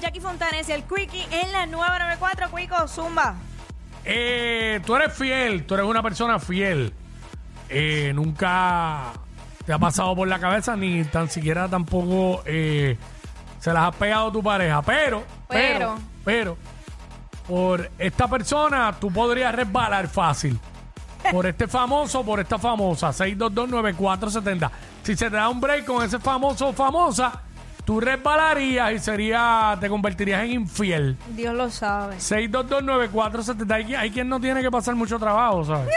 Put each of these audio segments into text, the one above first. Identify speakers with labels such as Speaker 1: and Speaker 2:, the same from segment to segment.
Speaker 1: Jackie Fontanes y el Quickie en la 994. Quico, zumba.
Speaker 2: Eh, tú eres fiel, tú eres una persona fiel. Eh, nunca te ha pasado por la cabeza ni tan siquiera tampoco eh, se las ha pegado tu pareja. Pero, pero, pero, por esta persona tú podrías resbalar fácil. Por este famoso, por esta famosa, 6229470. Si se te da un break con ese famoso o famosa, tú resbalarías y sería, te convertirías en infiel.
Speaker 1: Dios lo sabe.
Speaker 2: 6229470. Hay, quien- hay quien no tiene que pasar mucho trabajo, ¿sabes?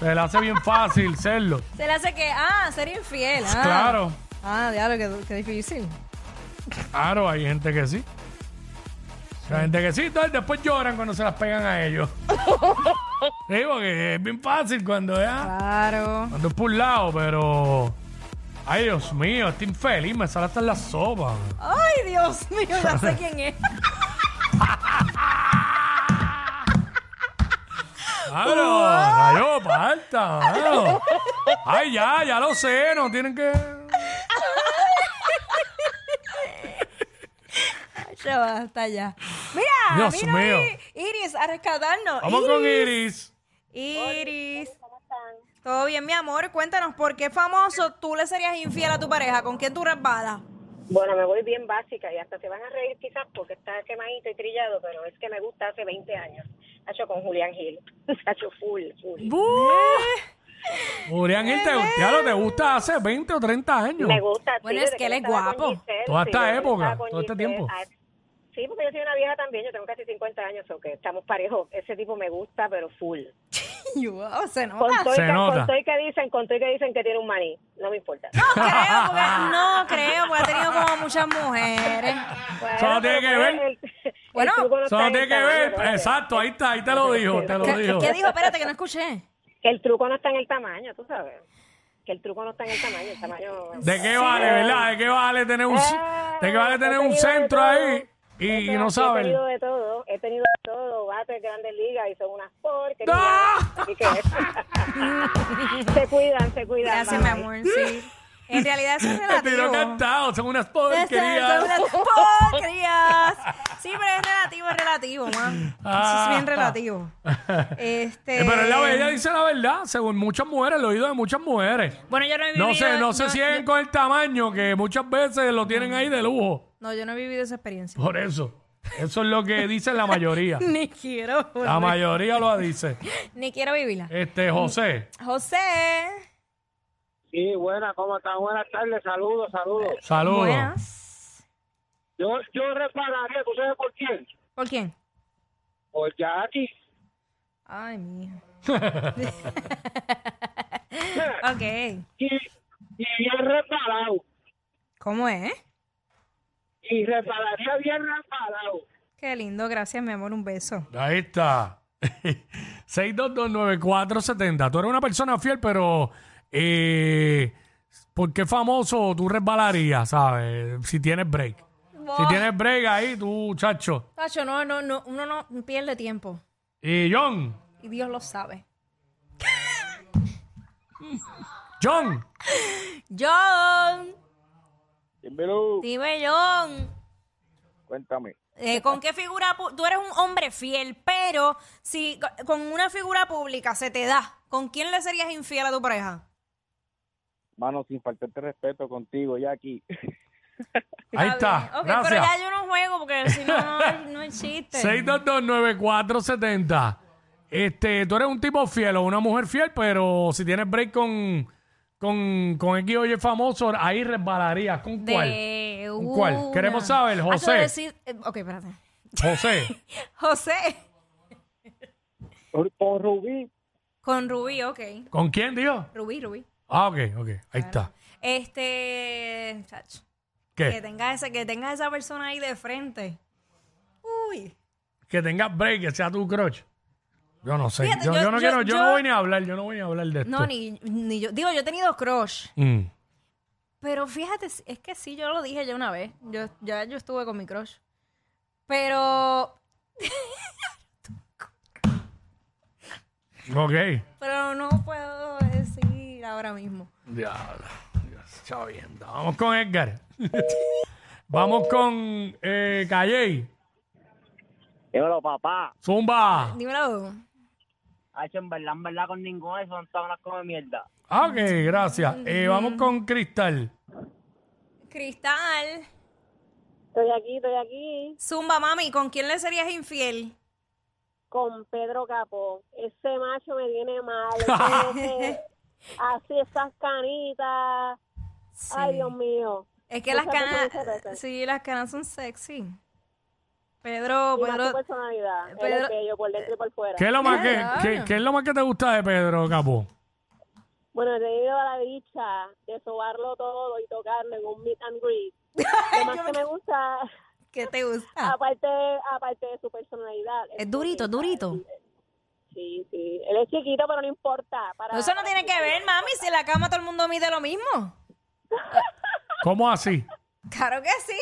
Speaker 2: Se le hace bien fácil serlo.
Speaker 1: Se le hace que, ah, ser infiel. Ah.
Speaker 2: Claro,
Speaker 1: Ah, diablo, qué, qué difícil.
Speaker 2: claro, hay gente que sí. Hay gente que sí, entonces después lloran cuando se las pegan a ellos. sí, porque es bien fácil cuando es, ah,
Speaker 1: Claro.
Speaker 2: cuando es por un lado, pero... Ay, Dios mío, estoy infeliz, me sale hasta en la sopa.
Speaker 1: Ay, Dios mío, ya sé quién es.
Speaker 2: ¡Claro! ¡Rayo, parta! mano. ¡Ay, ya, ya lo sé! No tienen que...
Speaker 1: Ya basta ya. Mira,
Speaker 2: Dios
Speaker 1: vino
Speaker 2: mío.
Speaker 1: Iris, Iris a rescatarnos.
Speaker 2: Vamos
Speaker 1: Iris.
Speaker 2: con Iris.
Speaker 1: Iris. Todo bien, mi amor. Cuéntanos, ¿por qué famoso tú le serías infiel a tu pareja? ¿Con quién tú resbalas?
Speaker 3: Bueno, me voy bien básica y hasta se van a reír quizás porque está quemadito y trillado, pero es que me gusta hace 20 años. Ha hecho con Julián Gil. Ha hecho full, full.
Speaker 2: Julián Gil, te, ya lo te gusta hace 20 o 30 años.
Speaker 3: Me gusta. sí,
Speaker 1: Bueno,
Speaker 3: desde
Speaker 1: es que él es
Speaker 3: estaba con
Speaker 1: guapo.
Speaker 3: Giselle,
Speaker 2: Toda
Speaker 3: sí,
Speaker 2: esta
Speaker 3: desde que
Speaker 2: época,
Speaker 3: estaba con
Speaker 2: todo este
Speaker 3: Giselle.
Speaker 2: tiempo.
Speaker 3: Ah, Sí, porque yo soy una vieja también, yo tengo casi 50 años, o que estamos parejos. Ese tipo me gusta, pero full.
Speaker 1: Y, wow, se
Speaker 3: Con
Speaker 1: nota.
Speaker 3: todo y
Speaker 2: Se
Speaker 3: que, con
Speaker 2: nota.
Speaker 3: todo y que dicen, con todo y que dicen que tiene un maní, no me importa.
Speaker 1: No creo, porque, no creo, porque ha tenido como muchas mujeres.
Speaker 2: Eso no tiene
Speaker 3: pero
Speaker 2: que ver.
Speaker 3: el- el
Speaker 1: Bueno,
Speaker 3: truco no
Speaker 2: Eso
Speaker 3: está
Speaker 2: no
Speaker 3: en
Speaker 2: tiene
Speaker 3: el
Speaker 2: que ver.
Speaker 3: tamaño, ¿no?
Speaker 2: Exacto, ahí está, ahí te lo dijo, te lo
Speaker 1: ¿Qué,
Speaker 2: dijo.
Speaker 1: qué dijo? Espérate, que no escuché.
Speaker 3: Que el truco no está en el tamaño, tú sabes. Que el truco no está en el tamaño, el tamaño.
Speaker 2: ¿De qué vale, verdad? ¿De qué vale tener un, c- de qué vale
Speaker 3: He
Speaker 2: tener un
Speaker 3: tenido de
Speaker 2: centro
Speaker 3: todo.
Speaker 2: ahí y,
Speaker 3: He
Speaker 2: y
Speaker 3: tenido-
Speaker 2: no
Speaker 3: He
Speaker 2: saber?
Speaker 3: tenido de todo, he tenido de todo, bates grandes ligas y son unas porquerías.
Speaker 2: ¡No!
Speaker 3: Así que- se cuidan, se cuidan.
Speaker 1: Gracias, mi
Speaker 3: bye.
Speaker 1: amor. Sí. En realidad eso es
Speaker 2: Te tiró
Speaker 1: relativo.
Speaker 2: cantado, son unas
Speaker 1: Esas
Speaker 2: porquerías.
Speaker 1: son unas porquerías. Sí, pero es relativo, es relativo, man. Eso es bien relativo. Este...
Speaker 2: Ah. Eh, Pero es la ella dice la verdad, según muchas mujeres, lo he oído de muchas mujeres.
Speaker 1: Bueno, yo no he vivido...
Speaker 2: No sé, no
Speaker 1: yo-
Speaker 2: se siguen con el tamaño, que muchas veces lo tienen ahí de lujo.
Speaker 1: No, yo no he vivido esa experiencia.
Speaker 2: Por eso. Eso es lo que dicen la mayoría.
Speaker 1: Ni quiero,
Speaker 2: La mayoría lo dice.
Speaker 1: ni quiero vivirla.
Speaker 2: Este, José.
Speaker 1: José.
Speaker 4: Sí, buena, ¿cómo están? Buenas tardes, saludos, saludos.
Speaker 2: Saludos.
Speaker 1: Buenas.
Speaker 4: Yo, yo repararía, ¿tú sabes por quién?
Speaker 1: ¿Por quién?
Speaker 4: Por Jackie.
Speaker 1: Ay, mija. ok.
Speaker 4: Y, y bien reparado.
Speaker 1: ¿Cómo es?
Speaker 4: Y repararía bien reparado.
Speaker 1: Qué lindo, gracias, mi amor. Un beso.
Speaker 2: Ahí está. 6229470. Tú eres una persona fiel, pero eh, ¿por qué famoso tú resbalarías, sabes? Si tienes break. Si tienes break ahí, tú, chacho.
Speaker 1: Tacho, no, no, no, uno no pierde tiempo.
Speaker 2: Y John.
Speaker 1: Y Dios lo sabe.
Speaker 2: John.
Speaker 1: John,
Speaker 4: Dímelo,
Speaker 1: dime John,
Speaker 4: cuéntame.
Speaker 1: eh, ¿con qué figura pu- tú eres un hombre fiel, pero si co- con una figura pública se te da, ¿con quién le serías infiel a tu pareja?
Speaker 4: Mano, sin faltarte respeto contigo, Jackie.
Speaker 2: Ahí está.
Speaker 1: bien. Ok, pero
Speaker 2: Gracias.
Speaker 1: ya yo no juego porque si no, no, hay- no hay chiste.
Speaker 2: 6229470. Este, tú eres un tipo fiel o una mujer fiel, pero si tienes break con con con X o Y famoso, ahí resbalarías. ¿Con cuál?
Speaker 1: De
Speaker 2: ¿Con cuál?
Speaker 1: una.
Speaker 2: Queremos saber,
Speaker 1: Ah, yo
Speaker 2: José.
Speaker 1: voy a decir- eh, ok, espérate.
Speaker 2: José.
Speaker 1: José,
Speaker 4: Por, por Rubí.
Speaker 1: con Rubí, ok.
Speaker 2: ¿Con quién, dijo?
Speaker 1: Rubí, Rubí.
Speaker 2: Ah, ok, ok. Ahí está.
Speaker 1: Este, chacho, que
Speaker 2: ¿Qué?
Speaker 1: tenga ese, que tenga esa persona ahí de frente. Uy.
Speaker 2: Que tengas break, que sea tu crotch. Yo no sé.
Speaker 1: Fíjate,
Speaker 2: yo,
Speaker 1: yo-
Speaker 2: yo no
Speaker 1: yo-
Speaker 2: quiero, yo, no
Speaker 1: yo-
Speaker 2: voy ni a hablar, yo no voy ni a hablar de esto.
Speaker 1: No, ni, ni yo. Digo, yo he tenido crush.
Speaker 2: Mm.
Speaker 1: Pero fíjate, es que sí, yo lo dije ya una vez. Yo, ya yo estuve con mi crush. Pero,
Speaker 2: Ok.
Speaker 1: pero no puedo decir ahora mismo.
Speaker 2: Diablo. Dios, está bien. Vamos con Edgar. Vamos con eh, Calle.
Speaker 4: Dímelo, papá.
Speaker 2: Zumba.
Speaker 1: Dímelo.
Speaker 4: Hacho, en verdad, en verdad, con ninguno de esos no estaban como mierda.
Speaker 2: Ah, ok, gracias. Eh, vamos con Cristal.
Speaker 1: Cristal.
Speaker 3: Estoy aquí, estoy aquí
Speaker 1: Zumba, mami, ¿con quién le serías infiel?
Speaker 3: con Pedro Capó. Ese macho me tiene mal. ese- así esas canitas. Ay, Dios mío.
Speaker 1: Es que las
Speaker 3: Muchas veces,
Speaker 1: canas,
Speaker 3: muchas veces.
Speaker 1: sí, las canas son sexy. Pedro,
Speaker 3: Y más
Speaker 1: Pedro,
Speaker 3: su personalidad. Él
Speaker 1: Pedro-
Speaker 3: es bello por dentro y por fuera.
Speaker 2: ¿Qué es, lo más que,
Speaker 1: Claro.
Speaker 2: qué- qué es lo más que te gusta de Pedro Capó?
Speaker 3: Bueno, he tenido la dicha de sobarlo todo y tocarlo en un meet and greet. Lo más que me gusta,
Speaker 1: ¿qué te gusta?
Speaker 3: aparte, aparte de su personalidad.
Speaker 1: Ah. Es durito, es durito.
Speaker 3: Sí, sí. Él es chiquito, pero no importa. Para,
Speaker 1: Eso no tiene que ver, mami, si en la cama todo el mundo mide lo mismo.
Speaker 2: ¿Cómo así?
Speaker 1: Claro que sí.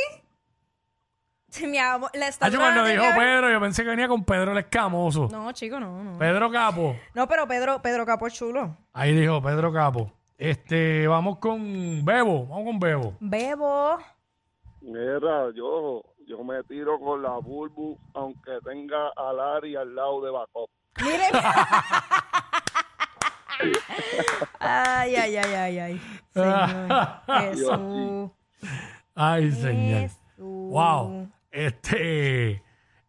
Speaker 1: Si mi amor, la
Speaker 2: Ah, yo
Speaker 1: estatura
Speaker 2: cuando
Speaker 1: no tiene
Speaker 2: dijo
Speaker 1: que ver-
Speaker 2: Pedro, yo pensé que venía con Pedro el Escamoso.
Speaker 1: No, chico, no, no.
Speaker 2: Pedro Capo.
Speaker 1: No, pero Pedro, Pedro Capo es chulo.
Speaker 2: Ahí dijo Pedro Capo. Este, vamos con Bebo. Vamos con Bebo.
Speaker 1: Bebo.
Speaker 5: Mira, yo, yo me tiro con la Bulbu, aunque tenga a Lari al lado de Bacop.
Speaker 1: Mire. ay, ay, ay, ay, ay. Señor. Jesús.
Speaker 2: Ay, señor.
Speaker 1: Jesús. Uh.
Speaker 2: Wow. Este.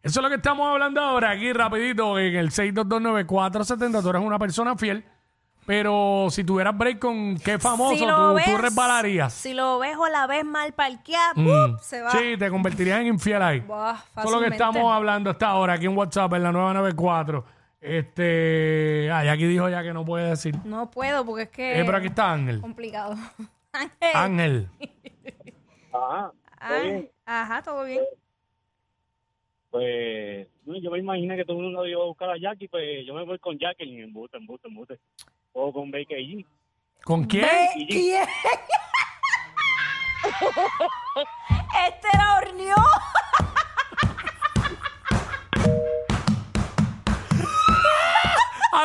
Speaker 2: Eso es lo que estamos hablando ahora aquí rapidito en el 6229470. Tú eres una persona fiel, pero si tuvieras break con qué famoso,
Speaker 1: Si lo
Speaker 2: tú, tú
Speaker 1: ves-
Speaker 2: resbalarías.
Speaker 1: Si lo ves o la ves mal parqueada,
Speaker 2: Mm.
Speaker 1: ¡pup! se va.
Speaker 2: Sí, te convertirías en infiel ahí.
Speaker 1: Buah,
Speaker 2: Eso es lo que
Speaker 1: fácilmente.
Speaker 2: estamos hablando hasta ahora aquí en WhatsApp, en la 994. Este. Ay, aquí dijo ya que no puede decir.
Speaker 1: No puedo porque es que
Speaker 2: Eh, pero aquí está Ángel.
Speaker 1: complicado. Ángel.
Speaker 2: Ángel.
Speaker 4: Ajá.
Speaker 1: Ah, Ajá, todo bien.
Speaker 4: Pues, no, yo me imagino que todo el mundo iba a buscar a Jackie, pues yo me voy con Jackie en embuste, embuste, embuste. O con Baker G.
Speaker 2: ¿Con quién?
Speaker 1: ¿Quién? este la horneó.
Speaker 2: A